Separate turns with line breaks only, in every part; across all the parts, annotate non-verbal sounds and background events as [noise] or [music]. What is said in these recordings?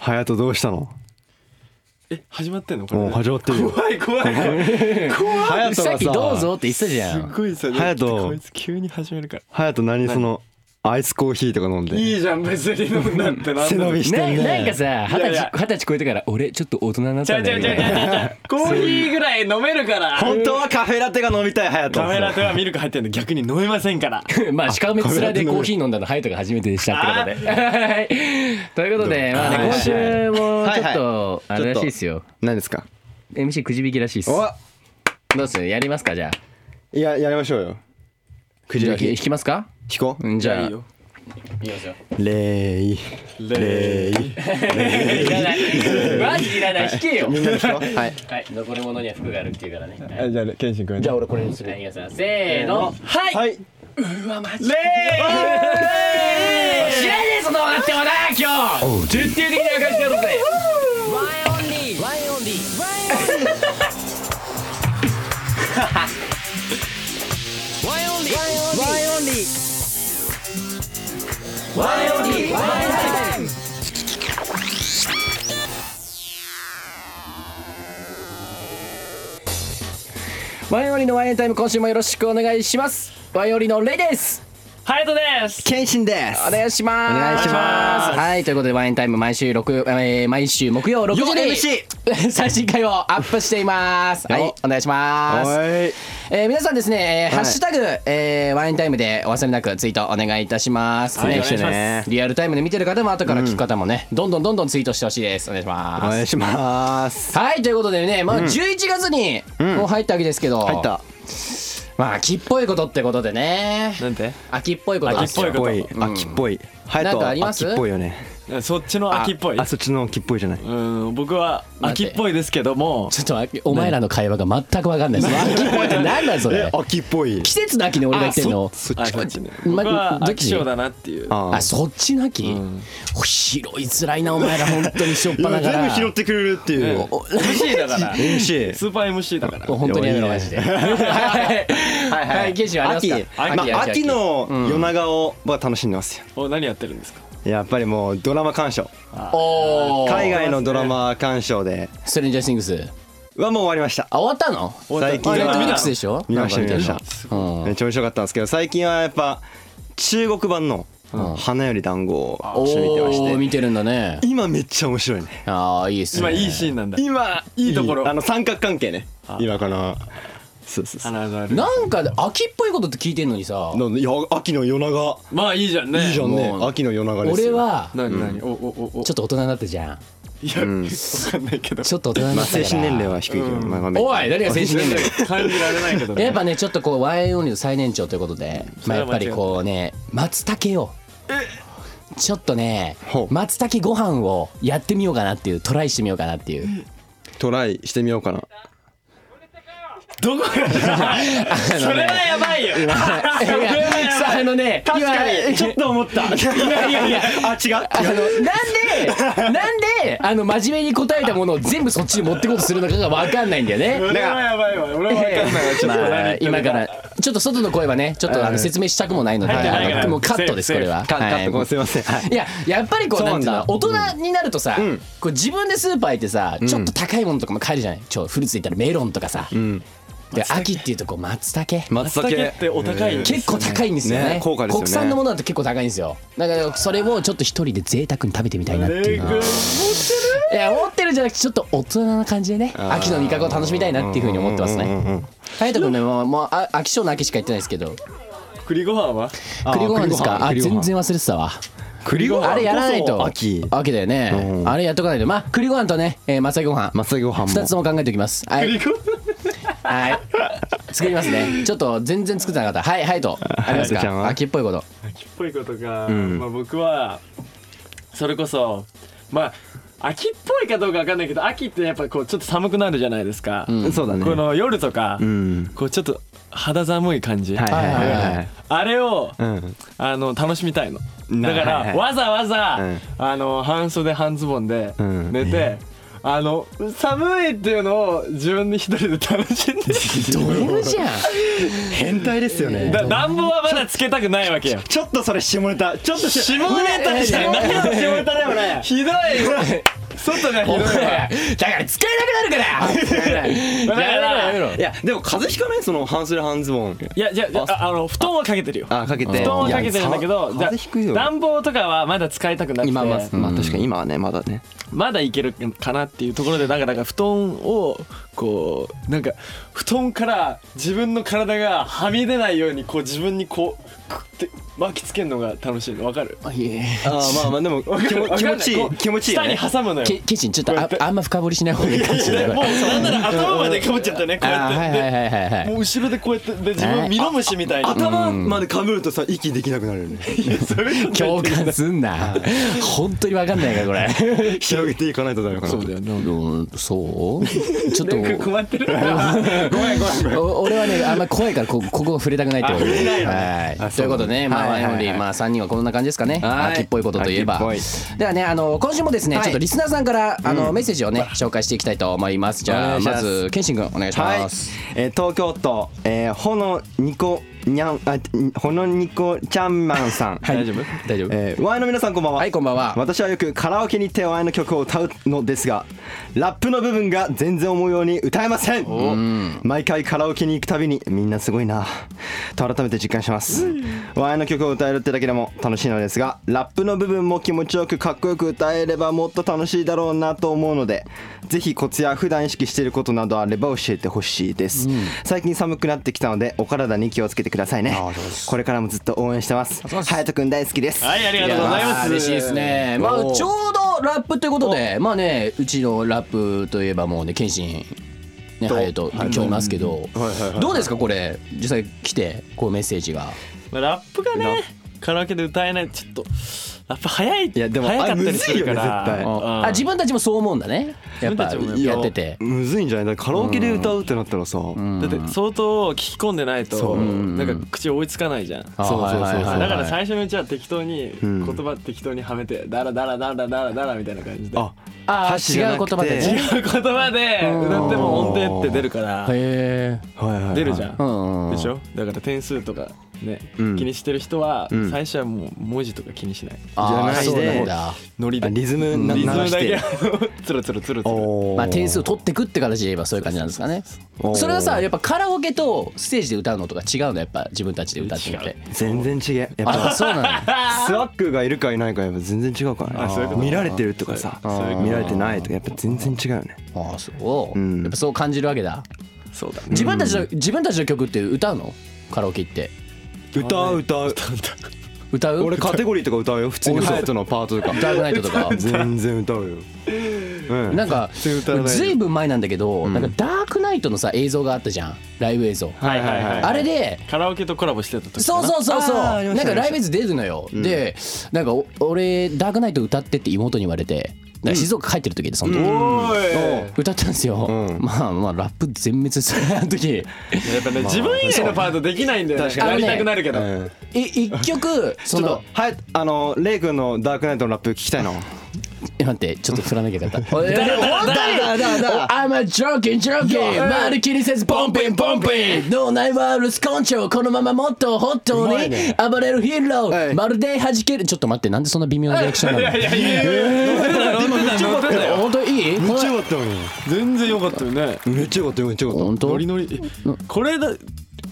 隼人どうしたの
え始まってんのこ
も
れ
う始まってるよ
怖い怖い怖い怖い
隼人
さっ
が
き
さ
どうぞって言ってたじゃ
す
ん
ごいさ
隼人
こいつ急に始めるから
隼人何そのアイスコーヒーとか飲んで
いいじゃん別に飲んだ [laughs] ってなん
背伸びして
なん
ね
なんかさ二
いやいや
十歳二十歳超えてから俺ちょっと大人になっ
ちゃ
た
うんちゃ
だよ
うちゃう [laughs] ち
ね
ゃうコーヒーぐらい飲めるから
本当はカフェラテが飲みたい隼
カメラ
人
とはミルク入ってるんで逆に飲めませんから
[laughs] まあしかめ面でコーヒー飲んだのハヤトが初めてでしたってことではい [laughs] ということでまあ
は
ね
い
今週も
はい
ちょ
はい
っとあれらしいですよ
何ですか
MC くじ引きらしいっす
お
どうっすやりますかじゃあ
いややりましょうよくじ
じゃ
引
あ引
き
きますか
引こう
うんじゃあ
よ
レイレイ
いらないマジいらない引けよ
みんなでしょ [laughs] はい
はい残るものには服があるっていうからね
じゃあケンシン君
じゃあ俺これにするはい皆さんせーのはい
はい
知らねえぞどうなってもな今日徹底的な赤字だろうぜワンオンリーワンオンリーワンオンリーワンオンリーワンオンリーワンオンリーワンオンリーワイオリのワイエンタイム今週もよろしくお願いしますワイオリのレイです
隼人です
謙信です
お願いします。
お願いします
はい、ということでワインタイム毎週六えー毎週木曜6時に [laughs] 最新回をアップしています。は
よ
い、お願いします。
はい
えー皆さんですね、えー
い
ハッシュタグ、えーワインタイムでお忘れなくツイートお願いいたします。
はい
ね
お願いします
ね
リアルタイムで見てる方も後から聞く方もね、どんどんどんどんツイートしてほしいです。お願いしま
お
す。
願いします
はいということでね、まあ、11月にもう入ったわけですけど、
入った
まあ秋っぽいことってことでね
なんて
秋っぽいことですよ
秋っぽいこと
秋っぽい隼
なん
人
かあり
は
ます
秋っぽいよね
そっちの秋っぽい
あそっちの秋っぽいじゃないう
ーん僕は秋っぽいですけども
ちょっとわお前らの会話が全く分かんないです。秋っぽいって何なんそれ。
秋っぽい
季節の秋に俺が言ってんの。
そ
あ
っち
そっちね
う
僕
まく
は
どっ
秋
ち
賞だなっていう
あー
あそっちの秋、拾いづらいなお前ら本当にしょっぱなから。
てくれるっていう
MC だから
嬉しい
スーパー MC だから
本当にやめろマジで。はいはいはい。ケンシンありますか。
まあ、秋。
秋
の夜長を僕は楽しんでますよ、
お何やってるんですか
やっぱりもうドラマ鑑賞
おお。
海外のドラマ鑑賞で
ストレンジャーシングス。
はもう終わりました
あ終わったの？
最近
ネ
は
ットフリックス
す
でしょ？
見ました
なんか
見ま
た。うん。
めっちゃ面白かったんですけど最近はやっぱ中国版の「花より団子を
お
一緒に見てまし
お
て
見てるんだね。
今めっちゃ面白いね
ああいいですね。
今いいシーンなんだ
今い
いところ
あの三角関係ね今このそうそうそう
花がある
なんか秋っぽいことって聞いてんのにさ。
のいや秋の夜長
まあいいじゃんね
いいじゃんね
もう
秋の夜長です
俺
よ
は
何何おおおお
ちょっと大人になったじゃん
いやわかんないけど
ちょっと大人に
ま
な
あ
ったから
精神年齢は低いけど、まあまあ
おい何が精神年齢
感じられないけどね
やっぱねちょっとこうワインオンリーの最年長ということで、
そ
まあ、
れ
や
は
っぱ
間違いない
りこうね松茸をちょっとね
ほう
松茸ご飯をやってみようかなっていうトライしてみようかなって [laughs] いう
トライしてみようかな
どこがそれはやばいよ
[laughs] いやさああのね確
ちょっと思った
いやいや
あ違う
あのなんでなんであの真面目に答えたものを全部そっちに持ってこうとするのかが分かんないんだよね
俺はやばいわ俺はわかんないわちょっと
ま
何
あ
言ってる
今からちょっと外の声はねちょっとあの説明したくもないので、
入ってない
あ
から
のもうカットです
セ
こ
ーフ
れは。
カ
は
ッ
い
トごめんすいませんはい
いややっぱりこう
そう
な
なん
ん
だ
だ大人になるとさ、こう自分でスーパー行ってさ、ちょっと高いものとかも買えるじゃないちょフルーツで言ったらメロンとかさ、で秋っていうとこう松茸
松
松茸ってお高いんです
結構高いんですよね
ね高価ですよね
国産のものだと結構高いんですよだからそれをちょっと一人で贅沢に食べてみたいなっていうのは
レグ
いや思ってるんじゃなくてちょっと大人な感じでね
ー
秋の味覚を楽しみたいなっていうふうに思ってます
うんうんうんうん
ね隼人君ねもうもうあ秋賞の秋しか言ってないですけど
栗ご飯は
あ
栗ご飯ですかあ
栗ご飯
全然忘れてたわ
栗ご飯
あれやらない
ことそ秋
秋だよね
うん
あれやっとかないとまあ栗ご飯とねえー松茸ご飯
松茸ご飯も
2つとも考えておきますはい
栗ご飯
はい作りますねちょっと全然作ってなかったはい隼人あります
隼人ちゃん
か
は
秋っぽいこと
秋っぽいことか、まあ僕はそれこそまあ秋っぽいかどうかわかんないけど秋ってやっぱこうちょっと寒くなるじゃないですか、
うんそうだね
この夜とか、
うん
こうちょっと肌寒い感じ、
はいはいはいはい、
あれを、
うん
あの楽しみたいの
な
だから、
はいはい
わざわざ、
うん
あの半袖半ズボンで
うん
寝て、あの寒いっていうのを自分で一人で楽しんで
ド M じゃん
変態ですよ [laughs] ね
だ暖房はまだつけたくないわけよ
ちょっとそれ下ネタちょっと
下ネタでしょ
何の下ネタだよね
ひどい外がひどい
だか
わ
ら使えなくなるか
だ
ら
か
やめろやめ
ら
ろ
いやでも風邪ひかないその半袖半ズボン
いやじゃあじゃあああの布団はかけてるよ
あかけて
布団はかけてるんだけど
いや
じゃ
風邪ひくよ
あ暖房とかはまだ使いたくなくて
今は
まあ確かに今はねまだね
まだいけるかなっていうところでだからなんか布団をこうなんか布団から自分の体がはみ出ないようにこう自分にこうくって巻きつけるのが楽しいのわかる
あいえ
あーまあまあでも気
わ
持
かん
気
な
持ちい
こ
いう気持ちいいよ
下
ね
に挟むのよ
けケチンちょっとああんま深掘りしない方がいいかもしれない
もうなんなら頭までかぶっちゃったねこうや
あ
っ
ー
て、
はいはいはいはいはい
もう後ろでこうやってで自分ミノムシみたいに
頭まで被るとさ息できなくな [laughs] るよね
それ
共感すんな本当にわかんないからこれ
広げていかないとダメかな
そうだよね
うんそうちょっと
なんか困ってるごめんごめん
[laughs] お俺はねあんまり怖いからこここは触れたくないってこと
あ触れないのね
はいということでねまあワインオンリーまあ3人はこんな感じですかね
はい
秋っぽいことといえば
秋っ
ではねあの今週もですね
はい
ちょっとリスナーさんからあのメッセージをね紹介していきたいと思いますじゃあ
お願いし
ま
ます
ず健信君お願いし
はい
ます、
えー東京都、えー、ほのにこにゃんあほのにこちゃんまんさん、
大丈夫大丈夫
えー、ワイの皆さんこんばんは
はいこんばんは
私はよくカラオケに行ってワイの曲を歌うのですがラップの部分が全然思うように歌えません毎回カラオケに行くたびにみんなすごいなと改めて実感しますワイの曲を歌えるってだけでも楽しいのですがラップの部分も気持ちよくかっこよく歌えればもっと楽しいだろうなと思うのでぜひコツや普段意識していることなどあれば教えてほしいです、最近寒くなってきたのでお体に気をつけてくださいねこれからもずっと応援してます隼人君大好きです
はいありがとうございます
や嬉しいですねまあ
おー
ちょうどラップということでまあねうちのラップといえばもうね健信ね
と
ハヤト今日いますけどどうですかこれ実際来てこうメッセージが
まあラップがねカラオケで歌えないちょっとラップ早いい
いやでも
早かったりするか
あれむずいよね絶対
らうん
あ自分たちもそう思うんだねやっぱ
自分たちも
やってて
むずいんじゃないだってカラオケで歌うってなったらさ、
だって相当聞き込んでないとなんか口追いつかないじゃん
あ
そうそうそうそう
はいはいはい
だから最初のうちは適当に言葉適当にはめてダラダラダラダラダラみたいな感じで
あ
あ
箸じゃ
違う
な
言
くて
葉で
違
ね
う言葉で歌っても音程って出るから
へ
はいはいはい
出るじゃ
うんん
でしょだから点数とかね気
うん
にしてる人は
ん
最初はもう文字とか気にしない
あー
じゃないで
そうなんだ
ノリ
あ
で
リズムな
リズ
鳴ら
ム
し
だけ
て
[laughs] つるつるつるつる
おー
まあ点数を取ってくって形で言えばそういう感じなんですかね
おー
それはさやっぱカラオケとステージで歌うのとか違うのやっぱ自分たちで歌ってみ
違
て
全然違えやっ
あ
ぱ
そうなんだ
スワックがいるかいないかやっぱ全然違うから
あそういうこ
ね
と
見られてるとかさ
そういうこと
見られてないとかやっぱ全然違うよね
ああそう、
うん
やっぱそう感じるわけだ
そうだね
自分たちの、自分たちの曲って歌うのカラオケ行って
歌う歌う
歌う
[laughs] 俺カテゴリーとか歌うよ普通に
嘘
ハヤトのパートとか
ダークナイトとか
全然歌うようん
なんか
然歌わないよ
ずいぶん前なんだけど、なんかダークナイトのさ映像があったじゃんライブ映像、
はいはいはい
あれで
カラオケとコラボしてた時かな
そうそうそうそう
あーあり
な
まし
ん
た
かライブ映像出るのよ、でなんかお俺ダークナイト歌ってって妹に言われてなんか静岡帰ってる時でその時、
おい
歌ったんですよ、
うん
まあまあラップ全滅するあの
[laughs]
時
やっぱね、自分以外のパートできないんだよね
かに
やりたくなるけど、
うん
い一曲
ちょ
そ
っ
の
とはいあのレイ君のダークナイトのラップ聞きたいの
え待ってちょっと振らなきゃよかったおい本当にお I'm a joking joking まる気にせずポンピンポンピン脳内はルス根性このままもっとホット
うま
に
いね
暴れるヒーロ
は
ー
い
まるで弾けるちょっと待ってなんでそんな微妙なリアクションなの
いやいやいや、今めっちゃ良かったよ。
[laughs] 本当いい
めっちゃよかったのに
全然良かったよね。
めっちゃよかったよめっちゃよかった
本
ノ
当
リノリ。これだ、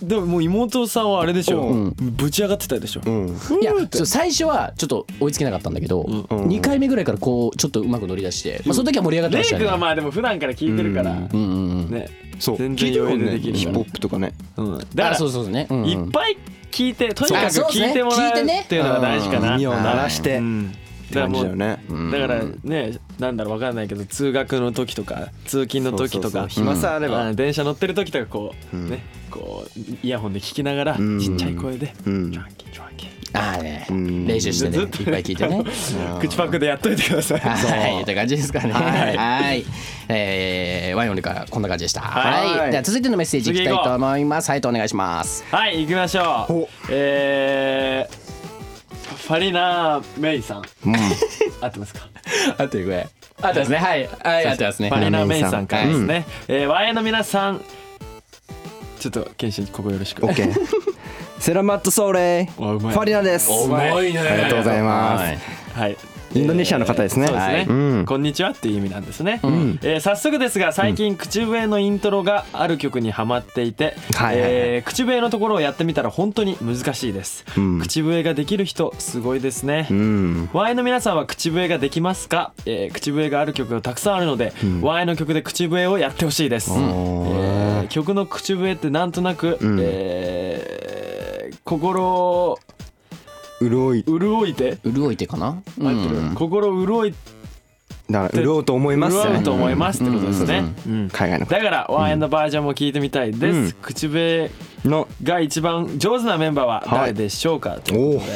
でももう妹さんはあれでし
う
ょ。ぶち上がってたでしょ。
うん
いやそう最初はちょっと追いつけなかったんだけど2回目ぐらいからこうちょっとうまく乗り出してまあその時は盛り上がって
レイ
ました
君は
ね
まあでも普段から聞いてるから、
うんうんうん
ね。
そう
全
聞い
然
てるも
余
ん
裕で
ね
でき
ヒッ
る
プホップとかね
から。うんだか
あ
ら、
そうそうそうねうんうん
いっぱい聞いて、とにかく
そうそうですね
聞いてもら
聞
う
いてね
っていうのが大事かな。
耳を鳴らして、
うん
って感じだよね
だからねなんだろう分かんないけど通学の時とか通勤の
そ
時と
うそうそう
か
暇さえあれば
うん電車乗ってる時とかこうねこうイヤホンで聞きながら
ん
ちっちゃい声で「
う
ジ
ん
ョンキンジョンキン
ああね
ん
練習してねい
ず
っ
っと
ぱい聞いてね」
口パクでやっといてください。
はい、という感じですかね。は、
はいい
えーワインオリからこんな感じでした。
はい
はい、じゃあ続いてのメッセージいきたいと思います。はい、お願いします。
はい行きましょう
お
えーファリナ・メイさん合ってますか
あというぐらい。あってますねはいはいあってますね
マリナメ
メイ
イさ
さ
ん
ん
からですね、えー、ワイヤの皆さんちょっと健信ここよろしく
オッケー。セラマットソーレイ、フ
おうまい
ァリナです。
おうまい
ごいね
ありがとうございます
はい
はい
インドネシアの方ですね
そうですね、
はいうん
こんにちはっていう意味なんですね、えー早速ですが最近口笛のイントロがある曲にハマっていて、
はいはいはい
えー口笛のところをやってみたら本当に難しいです、
うん
口笛ができる人すごいですね、
うん。
ワイの皆さんは口笛ができますか、えー口笛がある曲がたくさんあるので、ワイの曲で口笛をやってほしいです、えー曲の口笛ってなんとなく、
ん
えー心を
潤い、
潤いて、
潤いてかなう
合
ん
ってる心潤い
だから潤うと思います。
潤うと思いますってことですね、うん
海外の方
だからワイのバージョンも聞いてみたいです、
うん
口笛
の、
が一番上手なメンバーは誰でしょうか、ということで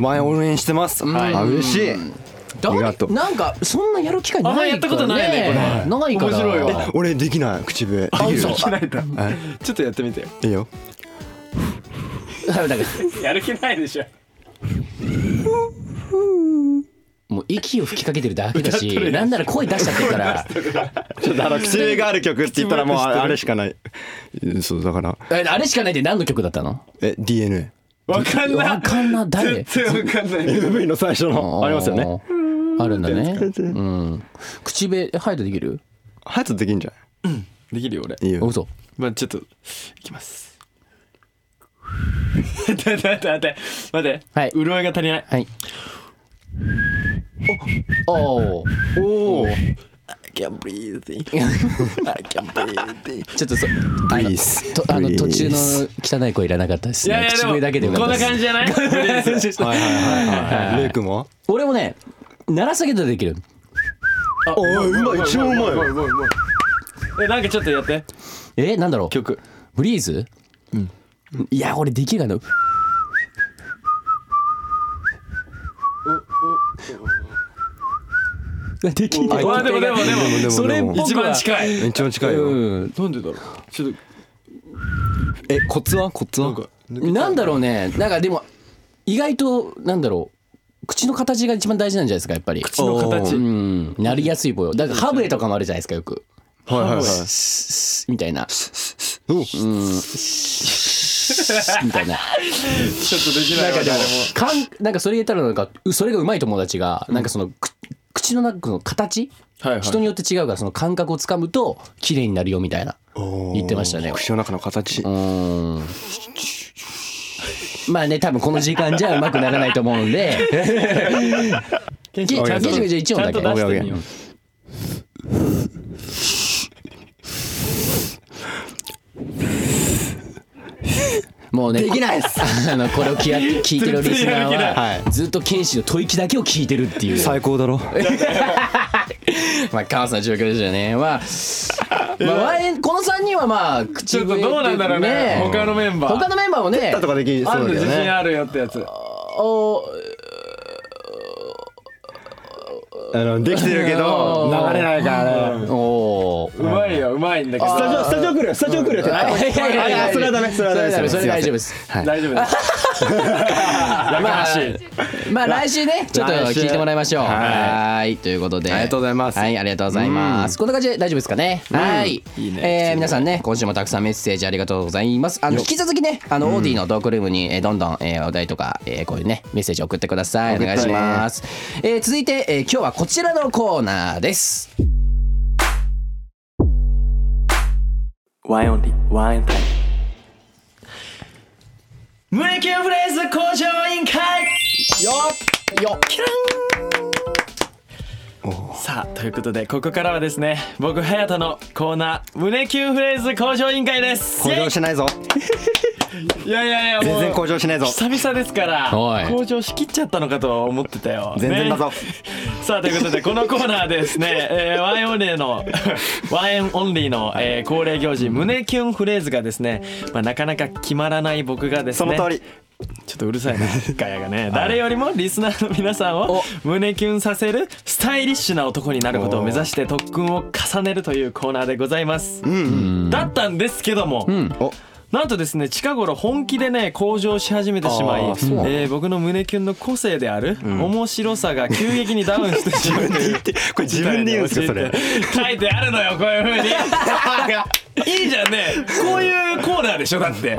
おお、ワイン応援してます。
はい
あ、嬉しい。
ど
ありがとう
なんかそんなやる機会ないから
あやったことないねこれ
ないから
面白いわ
え
俺できない口笛。で
あ
きる
嘘
聞き慣れた
はい
ちょっとやってみてよ
いいよ。
ダメだ
やる気ないでしょ
もう息を吹きかけてるだけだ
歌ってるや
し
ん
なんなら声出しちゃってるから
ちょっとあの口笛がある曲って言ったらもう
口笛って知ってる
あれしかない。うんそうだから
えあれしかないって何の曲だったの
え DNA。
わかんない
わかんな誰
絶対わかんない [laughs]
MV の最初のありますよね。
あるんだね
全然
うん口笛えハイドできる
ハヤトできんじゃ
できるよ俺
ん。いいよ。
嘘
まあちょっといきます待って待って待って待って、
はい
潤いが足りない
はいおおー
おお I can't breathe
[laughs]
I can't breathe
ちょっとそ
ブリース。
とあの
ブリー
途中の
ス
汚い声いらなかったです
いやい
ね
や
口笛だけで
で
よ
もこ
かっ
ん
た
な
で
感
す
じじゃな
はい
い
はいはいはい。レイ君も。
俺もね鳴らすだけでできる
おお、うまい。一番うまい。
えなんかちょっとやって
えなんだろう
曲
ブリーズいや俺できるかなできない
まあでもでもで
で
も
も
それ
でも
一番近い
一番近いよ。
うん
なんでだろうちょっ
え、コツはコツは
となんか
なんだろうねなんかでも意外となんだろう口の形が一番大事なんじゃないですかやっぱり
口の形
うんなりやすい棒よだからハブレとかもあるじゃないですかよく
はいはいはい。
みたいな
お
みたいな
ちょっとできな
ないんか
わ
で
誰
も
も
かんなんかそれ言ったらなんかうそれが上手い友達がなんかそのく口の中の形
はいはい
人によって違うからその感覚をつかむと綺麗になるよみたいな
おー
言ってましたね
口の中の形。
うーんまあね多分この時間じゃうまくならないと思うんで
[laughs] ケンシ
ち
ン
ゃ
ちゃ
ん
んと
と一音だけ
ちゃんと出してみよう
もうね
できないっす
[laughs] あのこれを聞や聞いてるリス
全然
ナ
や
ー
る気
な
はいずっと剣士の吐息だけを聞いてるっていう
最高だろ。
[laughs] まあカオスな状況ですよ
[laughs]
ねまあ、まあ、ワインこの3人はまあ
ち
口
ょっ
笛
とどうなんだろうね他のメンバー
他のメンバーもね
だとかでき
あ
そ
る
うだ
自
よ
信
ね。
あるよってやつ
お
あのできてるけど
うん
流れないからね。
おー
うまいようまいんだけど
スタジオスタジオ来るよスタジオ来るよ。あ
いやいやいやいや
あそれはダメそれはダメ
それ
すいません
大丈夫です
はい。
大丈夫ですやかましい
まあ来週ねちょっと
来週
聞いてもらいましょう
はい
はーいということで
ありがとうございます
はいありがとうございますこんな感じで大丈夫ですかねはい
いいね
えー皆さんね今週もたくさんメッセージありがとうございますあの引き続きねあのオーディのトークルームにえーどんどんえーお題とかえーこういうねメッセージ送ってくださいお
送ってね
願いしますえー続いてえー今日はこちらのコーナーです
ワインオンリーワインタイム胸キュンフレーズ向上委員会よっよっキランさあということでここからはですね僕隼人のコーナー胸キュンフレーズ向上委員会です
向上してないぞ。
いやいやいやもう
全然向上しないぞ。
久々ですから
おい
向上しきっちゃったのかと思ってたよ
全然だぞ
ねさあということでこのコーナーです
[laughs]
ね、えーワンエンオンリーのワンエンオンリーの、えー恒例行事胸キュンフレーズがですね、まあ、なかなか決まらない僕がです
その
ね
通り。
ちょっとうる
[laughs]
さいなガヤがね誰よりもリスナーの皆さんを胸キュンさせるスタイリッシュな男になることを目指して特訓を重ねるというコーナーでございます、だったんですけども、
お、
なんとですね近頃本気でね向上し始めてしまい、え
あーそうなんだ
ー僕の胸キュンの個性である、面白さが急激にダウンしてしまうという
これ [laughs] 自分で言うんですかそれ
書いてあるのよこういう風に
[laughs]
いいじゃんねこういうコーナーでしょだっ
[laughs]
て
え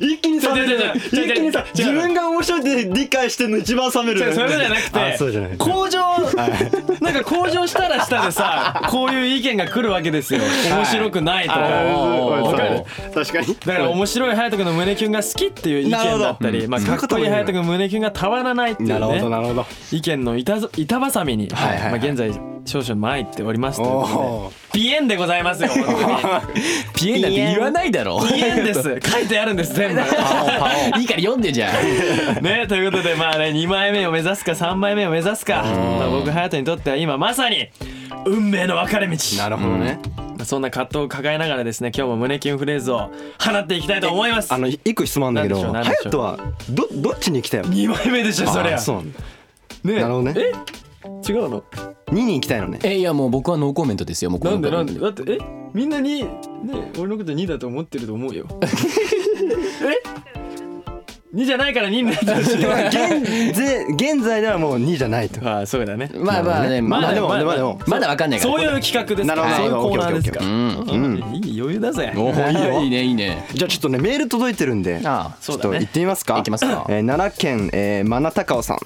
一気に冷める
違う違う
一
違う
気にさ
違う
自分が面白いって理解してんの一番冷め
違
る
うそれじゃな
あそうじゃな
くて
い
向上なんか向上したらしたでさこういう意見が来るわけですよ面白くないと
あ
わかる
ー確かに
だから面白い隼人君の胸キュンが好きっていう意見だったり、まあ、
そうい
か
うこ
っ
と
こ
も
いい
言う
隼人君の胸キュンがたまらないっていう
なるほど
ね
なるほど
意見の板ず板挟みに、
はいはい
まあ、現在少々参っておりますという
お
こ
ー
とでピエンでございますよ本
[laughs]
ピエンなんて言わないだろ
当にピエンです書いてあるんで
[laughs]
す全部
[laughs] いいから読んでじゃあ
ねということでまあね2枚目を目指すか3枚目を目指すか、まあ、僕隼人にとっては今まさに運命の分かれ道
なるほどね
そんな葛藤を抱えながらですね今日も胸キュンフレーズを放っていきたいと思います
あの一個質問あるんだけど
なん
ハ
で
ヤ
しょう
トはどどっちに来たよ
2枚目でしょそりゃ
あそうなんだ
ね
なるほどね
え違うの
2に行きたいのね
えいやもう僕はノーコメントですよもうこ
な
の
んでなんでだってえみんなにね俺のこと2だと思ってると思うよえ2じゃないから2になったし
現ぜ現在ではもう2じゃないと
[laughs] ああそうだね
まあまあねま
まあ
だ
でも
まあ
でもでも
まだわかんないから
そういう企画です
なるほど
そういう
なる
コ
ほ
ー
ど
ナーですか
オ
ら
うん
うんいい余裕だぜ
おーいい
はい
ねいいねいいね
じゃあちょっとねメール届いてるんで
ああ
ち
そ
ょ
う
っ
だ
と
ね
行ってみますか
行きますか
えー奈良県、えー、マナタカオさん、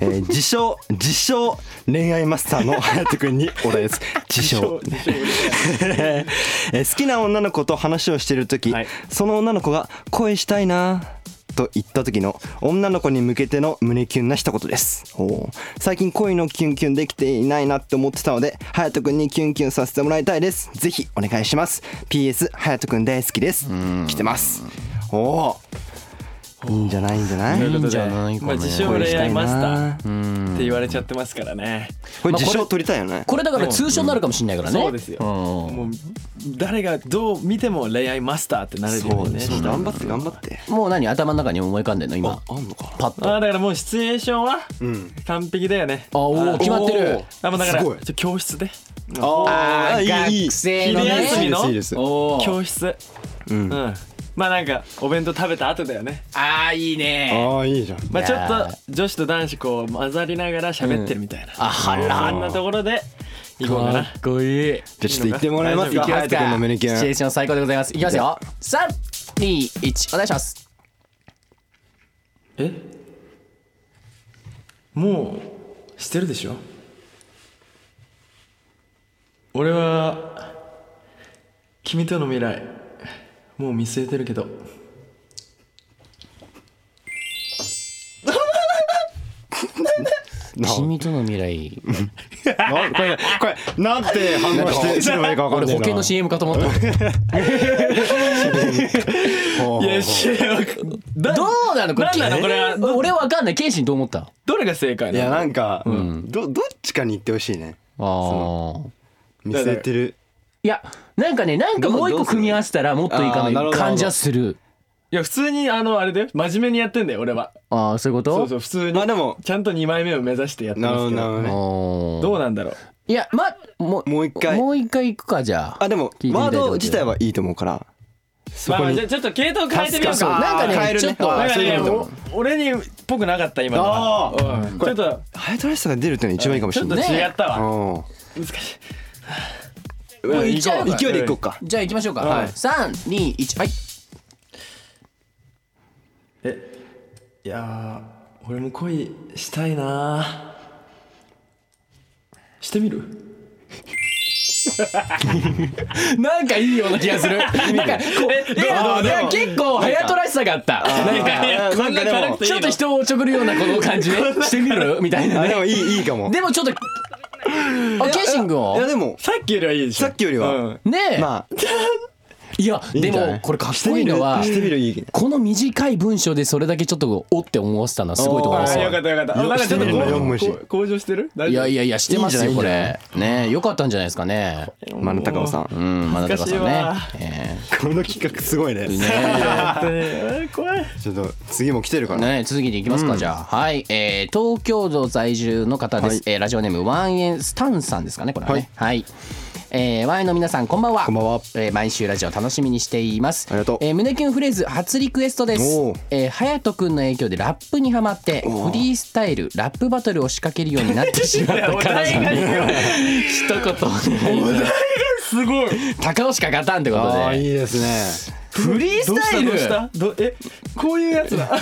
え [laughs] ー、自称自称恋愛マスターの隼人君にお礼です [laughs] 自称 [laughs] えー好きな女の子と話をしている時、
はい
その女の子が「恋したいな」と言った時の女の子に向けての胸キュンな一言ですおー最近恋のキュンキュンできていないなって思ってたので隼人君にキュンキュンさせてもらいたいですぜひお願いします PS 隼人君大好きです来てますおおーいいんじゃないいいんじゃない
ということ
いいん
で
じゃないかね
まあ自称恋愛マスタ
こ
ーって言われちゃってますからね
れ
まあ
自
こ
称
れ
取りたいよね
これだから通称になるかもしれないからね
そうですよ
うん
もう誰がどう見ても恋愛マスターってなれるよ
そう
ね
ね頑張って頑張って
もう何頭の中に思い浮かんでんの今
あんのか
パッと
あーだからもうシチュエーションは
ん
完璧だよね、
あおー決まってる
あもうだから
すごい
ちょ教室で
あーいいいい
学生の
昼
ね
休みの
いいですいいです
おー
教室うん、まあなんかお弁当食べた後だよね、
ああいいね
ああいいじゃん
まあ、
い
ちょ
や
っ
ー
と女子と男子こう混ざりながら喋ってるみたいな、
あは
あんな
ら
ところで行こうかな
こいい
じゃあちょっと行ってもらいます
行
か
き
隼人君の胸キ
シチュエ
ュ
ー
ン
ション最高でございますいきますよ321お願いします
えもうしてるでしょ俺は君との未来もう見据えてるけど
君との未来
なこれこれなんて反応してすればいいかわかん
俺
ない
保険の CM かと思った
いやしど
どうなのこれ
なんなのこれはど
俺わかんないケンシンどう思った
どれが正解
いや
なの
なんかどどっちかに行ってほしいね
ああ
見据えてる
いやなんかねなんかもう一個組み合わせたらもっといいか
あーなる
も
ほど
感じはする
いや普通にあのあれだよ真面目にやってんだよ俺は
ああそういうこと
そうそう普通に
まあでも
ちゃんと2枚目を目指してやって
なる
ま
ほ
す
ど
け
なるほど
ど
ね
おー
どうなんだろう
いやまも
もう一回
もう一回行くかじゃあ
あでも
聞いてみた
ワー
いと思
ド
うけ
自
ど
体はいいと思うからそ
まあ
こ
まあ
に
じゃあちょっと系統変えてみよう
そう
か
なんかね
あー変えるね
ちょっと
あ
なん
ー
か
そうい
ね
うこと
お俺にっぽくなかった今のは
あ
うんちょっと
ハヤトらしさが出るっていうのが一番いいかもし
ちょ
れ
っと
ない
違ったわ
うん
難し
もう
い
行っちゃえば
勢いでいこうか
じゃあ行きましょうか、
はい
321はい
いやー俺も恋したいなーしてみる
なんかいいような気がする [laughs] なんかこういや
あーでも
いや結構早とらしさがあったなん
いや
あーなんかでも
こんな軽くていい
ちょ
の
っと人をおちょくるようなこの
[laughs]
感じねしてみるみたいな
あで
ね
もいいいいかも
でもちょっとあケンシン君
いや
を
でも
さっきよりはいいでしょ
さっきよりは
うん
ねえ、
まあ
いや
いい
で
んじゃない
もこれかっこいいのは
してみるしてみるいい
この短い文章でそれだけちょっとおって思わせたのはすごいと思い
あ
ます
ーよ
よ
かったよかったあ
よ
なんかちょっと
してみるのよ
こう
むし
こう向上してる
いやい
や
やいやしてますよ
いいん
こ
じゃ
れねえよかったんじゃないですかね
マナタカオさん
うん真中さんね
難
え
この企画すごいね
えね
[laughs]
怖い
ちょっと次も来てるか
え
ら
ねえ続きでいきますかじゃあはいえー東京都在住の方ですえーラジオネームワンエンスタンさんですかねこれはねはいえー、ワインの皆さんこんばんは
こんばんは
えー毎週ラジオ楽しみにしています
ありがとう
えー、胸キュンフレーズ初リクエストです
おう
えー、隼人くんの影響でラップにハマってフリースタイルラップバトルを仕掛けるようになってしまった彼女に一言
すごい
高尾しか勝たんってこと
ああ
で
いいですね
フリースタイル
どうしたどうしたどえこういうやつだ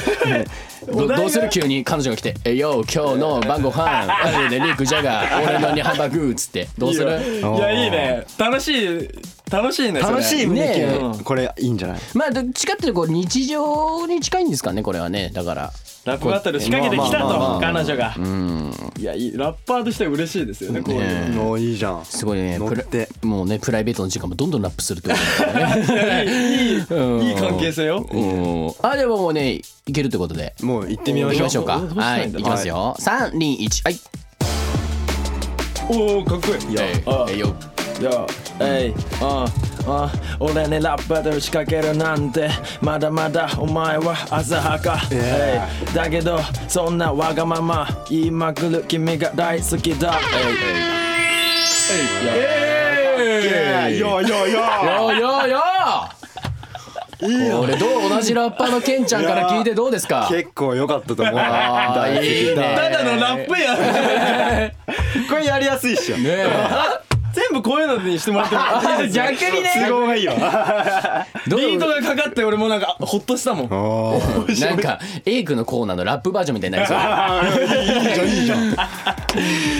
どどうする急に彼女が来て「えよ今日の晩ご飯あれね肉じゃが俺のにハンバーグ」っつってどうする
いいよいやいいね楽しい楽しいねそれ
楽しい
ね
胸キ
え
ュンこれいいんじゃない
まあどっちかっていうとこう日常に近いんですかねこれはねだから
ラップバトル仕掛けてきた
まあま
と
あまあ
彼女がいやいいラッパーとしては嬉しいですよねこういうの
おいいじゃん
すごいね
乗
プラ
って
もうねプライベートの時間もどんどんラップするってことだよ
[laughs]
ね
いいいいいい関係性よ
うんあでももうねいけるってことで
もう行ってみま
行
し
き
ょう
ましょうか
どうした
は
らい
い
いんだ
行きますよ321はい
おおかっこいい
え
あ
ーえいよ
よえいああ俺にラップバトル仕掛けるなんてまだまだお前は浅はか、えいだけどそんなわがまま言いまくる君が大好きだ
いやいやいやいや
よよよ俺どう同じラッパーのケンちゃんから聞いてどうですか
結構良かったと思う
あーいいね
ただのラッ [laughs] プやん
これやりやすいっしょ
ねえ
[laughs] 全部こういうのにしてもらってもいいです
逆にね
都合がいいよ [laughs]
どう
リードがかかって俺もなんかほっとしたもん
[laughs] おー
なんかエイクのコーナーのラップバージョンみたいにな
[laughs]
りそう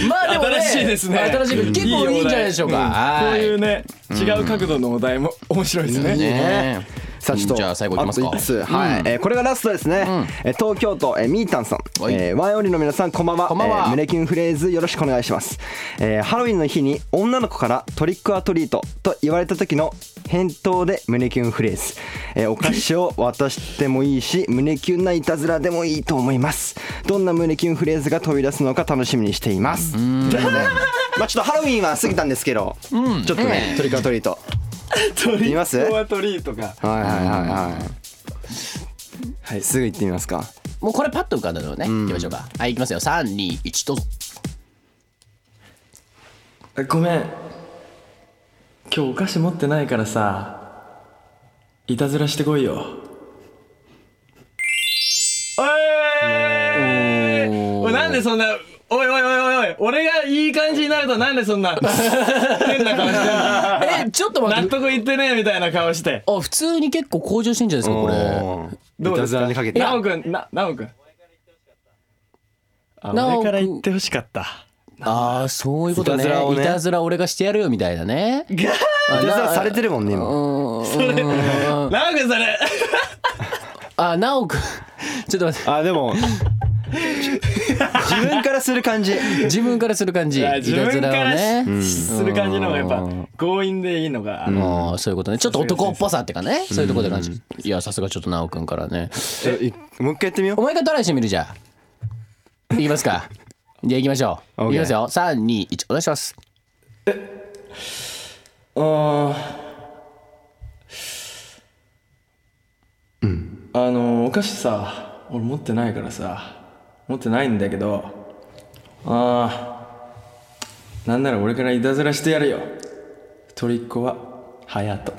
まあでもね
新しいですね
新しいけど結構いいんじゃないでしょうか
こ
は
う
い
いうね違う角度のお題も面白いですね
ね
さあちょっと
じゃあ最後いきますか
あと一つはい、えーこれがラストですね、えー東京都、えー、みーたんさん、
はい
えーワンオンリーの皆さんこんばんは
こんばんは
えー胸キュンフレーズよろしくお願いします、えーハロウィンの日に女の子からトリックアトリートと言われた時の返答で胸キュンフレーズ、えーお菓子を渡してもいいし [laughs] 胸キュンないたずらでもいいと思いますどんな胸キュンフレーズが飛び出すのか楽しみにしていますということでまあちょっとハロウィンは過ぎたんですけど、ちょっとね、トリックアトリート
トリ
見ます
コアトリーとか
はいはいはいはい。はい、すぐ行ってみますか。
もうこれパッと浮かんだのねいきましょうかはいいきますよ321どうぞ
[laughs] ごめん今日お菓子持ってないからさいたずらしてこいよえいおいなんでそんなおいおいおいおいおい俺がいい感じになるとなんでそんな変な顔して
えちょ
[laughs]
っと待っ
納
て
得いってねえみたいな顔して
あ普通に結構向上してんじゃないですかこれ
ど
ど
う
う
で
ですす
かいたずら
か
にかけて。
なおくんななおくんあ
なおくん
俺から言ってほしかった
ああそういうことね
いたずらを
い
ね
たずら俺がしてやるよみたいなね
いたずらされてるもんね、今。
なおくんそれ
あなおくん [laughs] ちょっと待って
あ、でも。自分からする [laughs] 感じ。
自分からする感じ
い
い
や
た
自
ずらを
分から
ね
する感じの方がやっぱ強引でいいのがあの
ああそういうことねちょっと男っぽさってかねそういうところで感じいやさすがちょっと直くんからね
ちょいもう一回やってみよ
お前がトライしてみるじゃあいきますかじゃあいきましょう
OK
いきますよ321お願いします
あうんあのお菓子さ俺持ってないからさ持ってないんだけどあーなんなら俺からいたずらしてやるよトリッコは隼人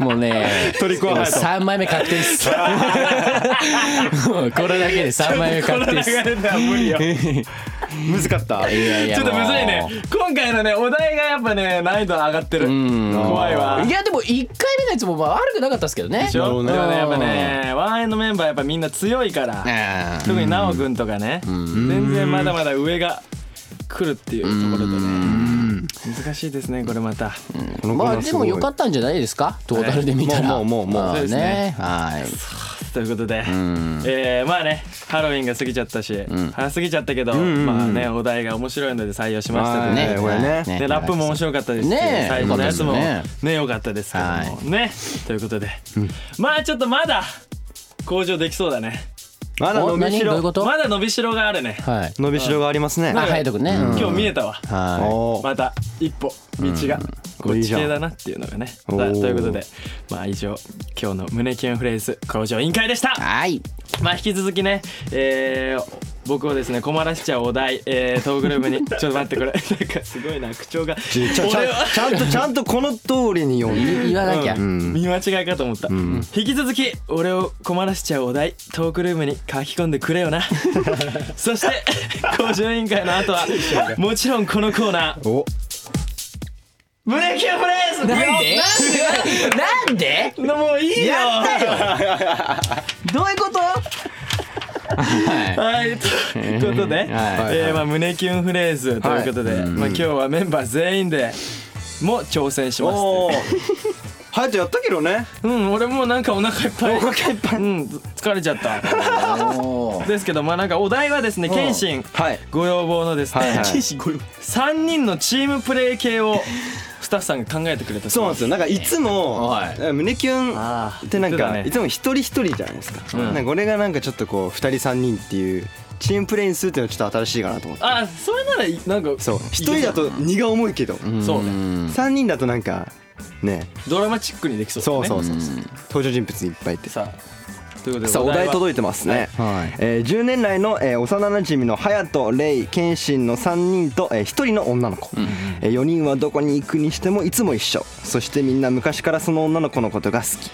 もうね
トリックは隼人
3枚目確定です
[laughs]
もうこれだけで3枚目確
[laughs]
定です
れでは無理よ
う。むずかった。
いやいや
ちょっとむずいね
もう
今回のねお題がやっぱね難易度上がってる怖いわ
いやでも1回目のやつもまあ悪くなかったですけどね
でしょ
な
で
る
も
ほ
ねやっぱねワンエンのメンバーやっぱみんな強いから
あー
特に奈緒くんとかね全然まだまだ上が来るっていうところでね難しいですねこれまた
この子
ま
が
あでも良か
っ
ったんじゃないですかトータルで見たら
もうもうもうもう
まあ
そうです
ね
ね
はい
ということでえーまあねハロウィンが過ぎちゃったし早すぎちゃったけどまあねお題が面白いので採用しました
は
と
い
ね
ねこれね
でラップも面白かったですし、
ねえ
最後のやつも
よかった
ね
です
良かったですけども、ねということで、まあちょっとまだ向上できそうだね
た。まだ
お
伸び
何
し
どういう
ろ。
こと
まだ伸びしろがあるね
はい
伸びしろがありますね
あ。隼人君ねうん
今日見えたわ、
は
おー
また一歩道がこっち系だなっていうのがね
いいじゃん
さあ
おー
ということでまあ以上今日の胸キュンフレーズ向上委員会でした
いはい
まあ引き続きね、えー僕をですね困らしちゃうお題、えー、トークルーム
[laughs]
にちょっと待ってこれなんかすごいな口調が
ちゃちゃ
俺は
ちゃんとちゃんとこの通りに読んで
言わなきゃ、
ん
見間違いかと思った、引き続き俺を困らしちゃうお題トークルームに書き込んでくれよ [laughs] なそして工場委員会の後 [laughs] はもちろんこのコーナー
お
ブレーキンプレイス
なんでなんで
のもういいよ
やったよ
[laughs]
どういうこと
はい、ということで、えーまあ、胸キュンフレーズということで、まあ、今日はメンバー全員でも挑戦します
おおハヤトやったけどね
うん俺もなんかお腹いっぱいお腹いっぱい、うん、疲れちゃった
[laughs]
お
ですけどまあなんかお題はですね謙信
はい
ご要望のですね、
はいはい
3人のチームプレー系をスタッフさんが考えてくれた
そうなんですよなんかいつも
はい
なんか胸キュンってなん
そうだ
か、
ね
いつも一人一人じゃないですか,、なんか俺がなんかちょっとこう二人三人っていうチームプレイにするっていうのはちょっと新しいかなと思って
あそれならいなんか
そう一人だと荷が重いけど
そうね
三人だとなんかね
ドラマチックにできそうだ
そう
ね
そうそうそう登場人物いっぱいいて
さあということで
さあお題届いてますね、
はい
えー10年来の、えー幼なじみの隼人レイ謙信の3人と、え1人の女の子、え4人はどこに行くにしてもいつも一緒そしてみんな昔からその女の子のことが好き、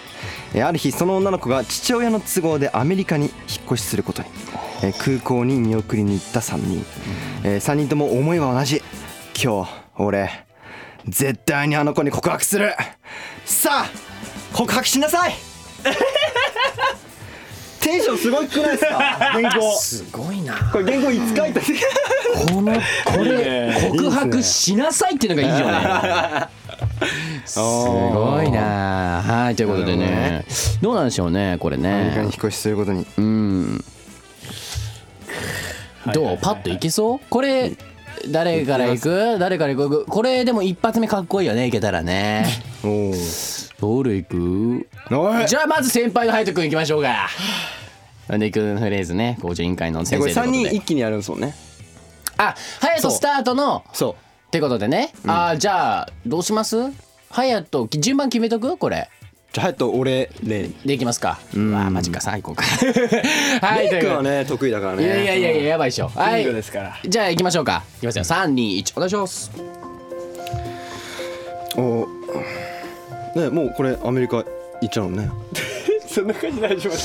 えーある日その女の子が父親の都合でアメリカに引っ越しすることに、えー空港に見送りに行った3人、え3人とも思いは同じ今日俺絶対にあの子に告白するさあ告白しなさいテンションすごくないですか原稿
すごいな
これ原稿いつ書いた
このこ
いい
れ
ね
告白しなさいっていうのがいいよねすごいなはいということでねどうなんでしょうねこれ
アメリカに引
ね
っ越しすることに
うんどうパッといけそうこれ誰からいく誰からいくこれでも一発目かっこいいよねいけたら [laughs] ね
おお
誰いく
おい
じゃあまず先輩のハイト君いきましょうかなんでいくフレーズね工場委員会の
え
先
こ
生
れ
ってこ
3
と
人
で
一気にやるんですもんね
あハイトスタートの
そ
ってことでね、あーじゃあどうしますはやと順番決めとくこれ
うじゃあ隼人俺レイ
できますかうわーマジか最高か [laughs] はいと
レ
い
イ君
うこ
は
とで
ね得意だからね
いやいやいやいややばいでしょは
ビ
い
ンゴですから
じゃあ行きましょうか行きますよ321お願いします
おーねもうこれアメリカ行っちゃうのね
そんな感じで始まっ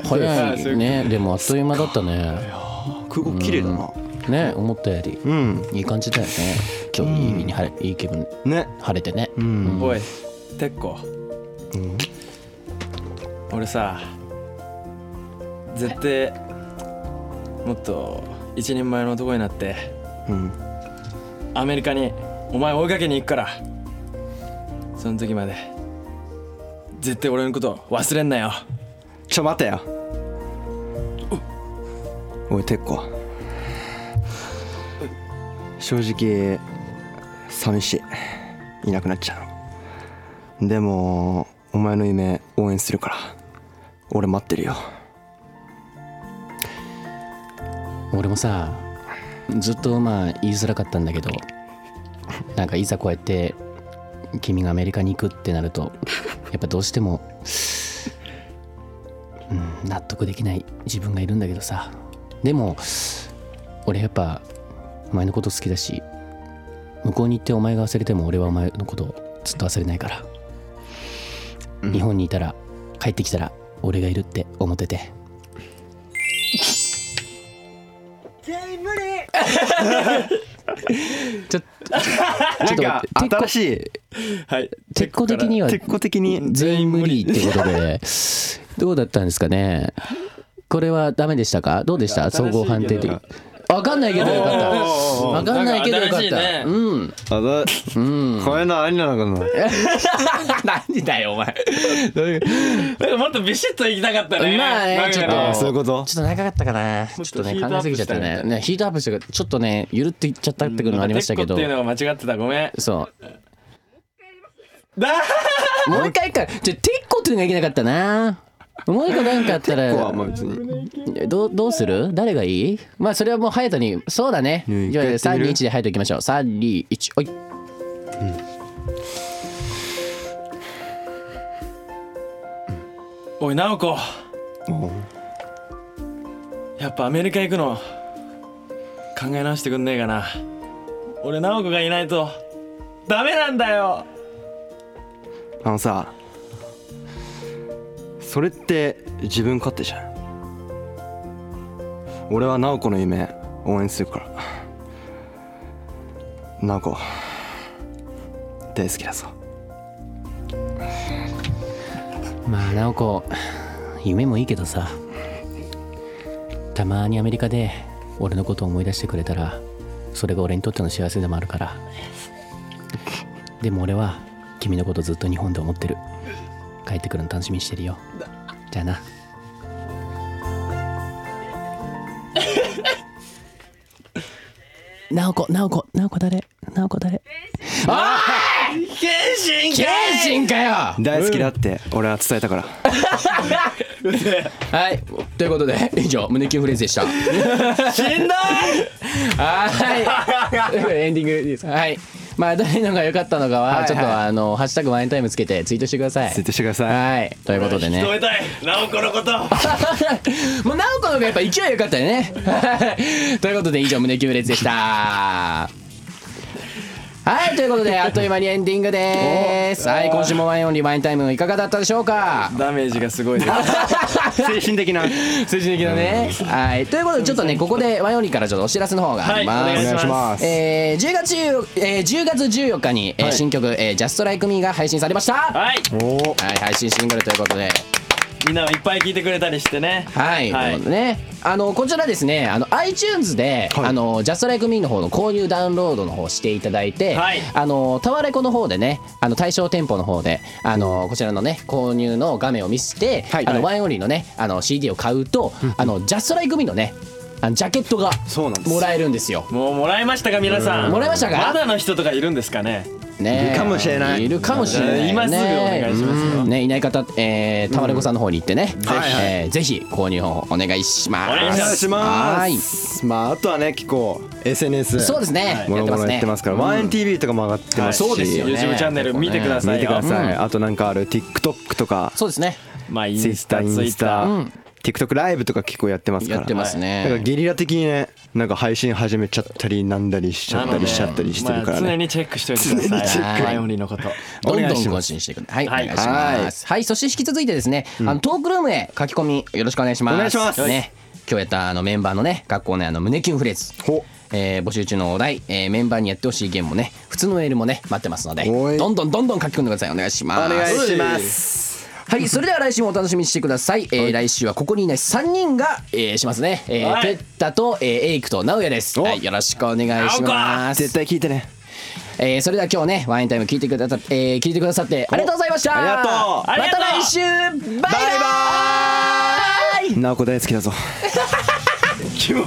た
早いねでもあっという間だったね
空港綺麗だな
ね思ったより
うん
いい感じだよね今日いい日に晴れいい気分
ね
晴れてね
うん
おいてっこ、俺さ絶対もっと一人前の男になって
うん
アメリカにお前追いかけに行くからその時まで絶対俺のこと忘れんなよ
ちょ待てよおいてっこ正直寂しいいなくなっちゃうでもお前の夢応援するから俺待ってるよ
俺もさずっとまあ言いづらかったんだけどなんかいざこうやって君がアメリカに行くってなるとやっぱどうしても、うん、納得できない自分がいるんだけどさでも俺やっぱお前のこと好きだし向こうに行ってお前が忘れても俺はお前のことをずっと忘れないから、日本にいたら帰ってきたら俺がいるって思ってて [laughs] ちょっとちょっと待って
新しい
はい
鉄鋼的には
鉄鋼的に
全員無理ってことでどうだったんですかねこれはダメでしたかどうでした
新
総
しいけど
合判定的わかんないけどよかったわかんないけどよかっ
なんか新しいね
たうん
あだこれのありなのかな
何だよお前どういう
なん [laughs] かもっとビシッと行きたかったね
まあね
なんか
ちょっと
ああそういうこと
ちょっと長かったかなちょっとね
ヒートアップ
考えすぎちゃった
した
ね
い
ねヒートアップしてちょっとねゆるっていっちゃったってくるのありましたけど
てっこっていうのが間違ってたごめん
そう
だ
もう一回かじゃあテッコっていうのがいけなかったなもう一個なんかあった
ここは
ら
まあ別に
どうどうする誰がいいまあそれはもう隼人にそうだね
ね
じゃあ
一回やってみる
321で隼人いきましょう321おい
おい直子
おう
ややっぱアメリカ行くの考え直してくんねえかな俺直子がいないとダメなんだよ
あのさそれって自分勝手じゃん俺は直子の夢応援するから直子大好きだぞ
まあ直子夢もいいけどさたまにアメリカで俺のことを思い出してくれたらそれが俺にとっての幸せでもあるからでも俺は君のことずっと日本で思ってる帰ってくるの楽しみにしてるよじゃ [laughs] あな直子直子直子誰直子誰
謙信
謙信かよ
大好きだって俺は伝えたから
はいということで以上胸キュンフレーズでした
しんど
はい。
[laughs]
ということでエンディングいいですか。はい。まあ、どれのが良かったのか
はいは
は、
い
ちょっと、あの、ハッシュタグワインタイムつけてツイートしてください。
ツイートしてください
はい。ということで
い
ね。
止めたい直子のこと
[laughs] もう、なおこの方がやっぱ勢い良かったよね。 [laughs] はいということで、以上、胸キュン列でした。はい、ということで、あっという間にエンディングです。はい、今週もワインオンリーワインタイムいかがだったでしょうか
ダメージがすごいです
[laughs]
精神的な
精神的なね。はい。ということで、ちょっとね、ここでワインオンリーからちょっとお知らせの方がありま
は
す。
いお
お願
願
い
い
し
し
ま、
ます
えー10月14、えー10月14日に、えー
はい
新曲、えー「JustLikeMe」が配信されました、は
はい
おー
い、配信シングルということで
みんなもいっぱい聞いてくれたりしてね
はい、
はい
ということでねあのこちらですねあの iTunes で、
はい
あの JustLikeMe の方の購入ダウンロードの方していただいて、
はい
あのタワレコの方でねあの対象店舗の方であのこちらのね購入の画面を見せて、
はい
あのワインオンリーのねあの CD を買うと、あの JustLikeMe のねあのジャケットが
そうなんです
もらえるんですよ
もうもらいましたか皆さん
もらいました
ま
か
だの人とかいるんですかね
ね
いるかもしれない
いるかもしれない、ね、
今すぐお願いしますよ
ねいない方、えー、タワレコさんの方に行ってね、ぜひ、
はいはい
えーぜひ購入をお願いします。
お願
お
い
願いします
はい
まああとはね結構 SNS
そうですね。
もろもろやってますから、
うん
ワンエン TV とかも上がってますし、
はいそうですよね
YouTube チャンネル見てくださ
見
い
てくだ
よ
さい、
う
あとなんかある TikTok とか
そうですね。
まあインス
Twitter
タ
インス
Twitter
タ
ん
TikTok ライブとか結構やってますから
やってます
だから
ね。
ゲリラ的にねなんか配信始めちゃったりなんだりしちゃった
なので
りしちゃったりしてるから
まあ常
ね、
にチェックしておいてくだ
常にチェ
さ
ッ
い
ク
ワインオンリーのこと
どんどん
お願いしま
更
す
新していくんで、はい、
はい
お願いします。はい、そして引き続いてですね、あのトークルームへ書き込みよろしくお願いします。
お願いします
ね、今日やったあのメンバーのね、学校のあの胸キュンフレーズ。
ほ
えー募集中のお題、えーメンバーにやってほしいゲームもね普通のメールもね待ってますので
おい
どんどんどんどん書き込んでくださいお願いします
お願いします
はいそれでは来週もお楽しみにしてください、えー来週はここにいない3人が、えーしますね、えー
はい
ペッタと、えーエイクとナウヤです、
お
はい、よろしくお願いしま
う
す
絶、対聞いてね
えーそれでは今日ねワインタイム聞いてくださって、えー聞いてくださってありがとうございました
ありがとう
ありがとう
また来週バイバイ
ナオコ大好きだぞ
[laughs] キモ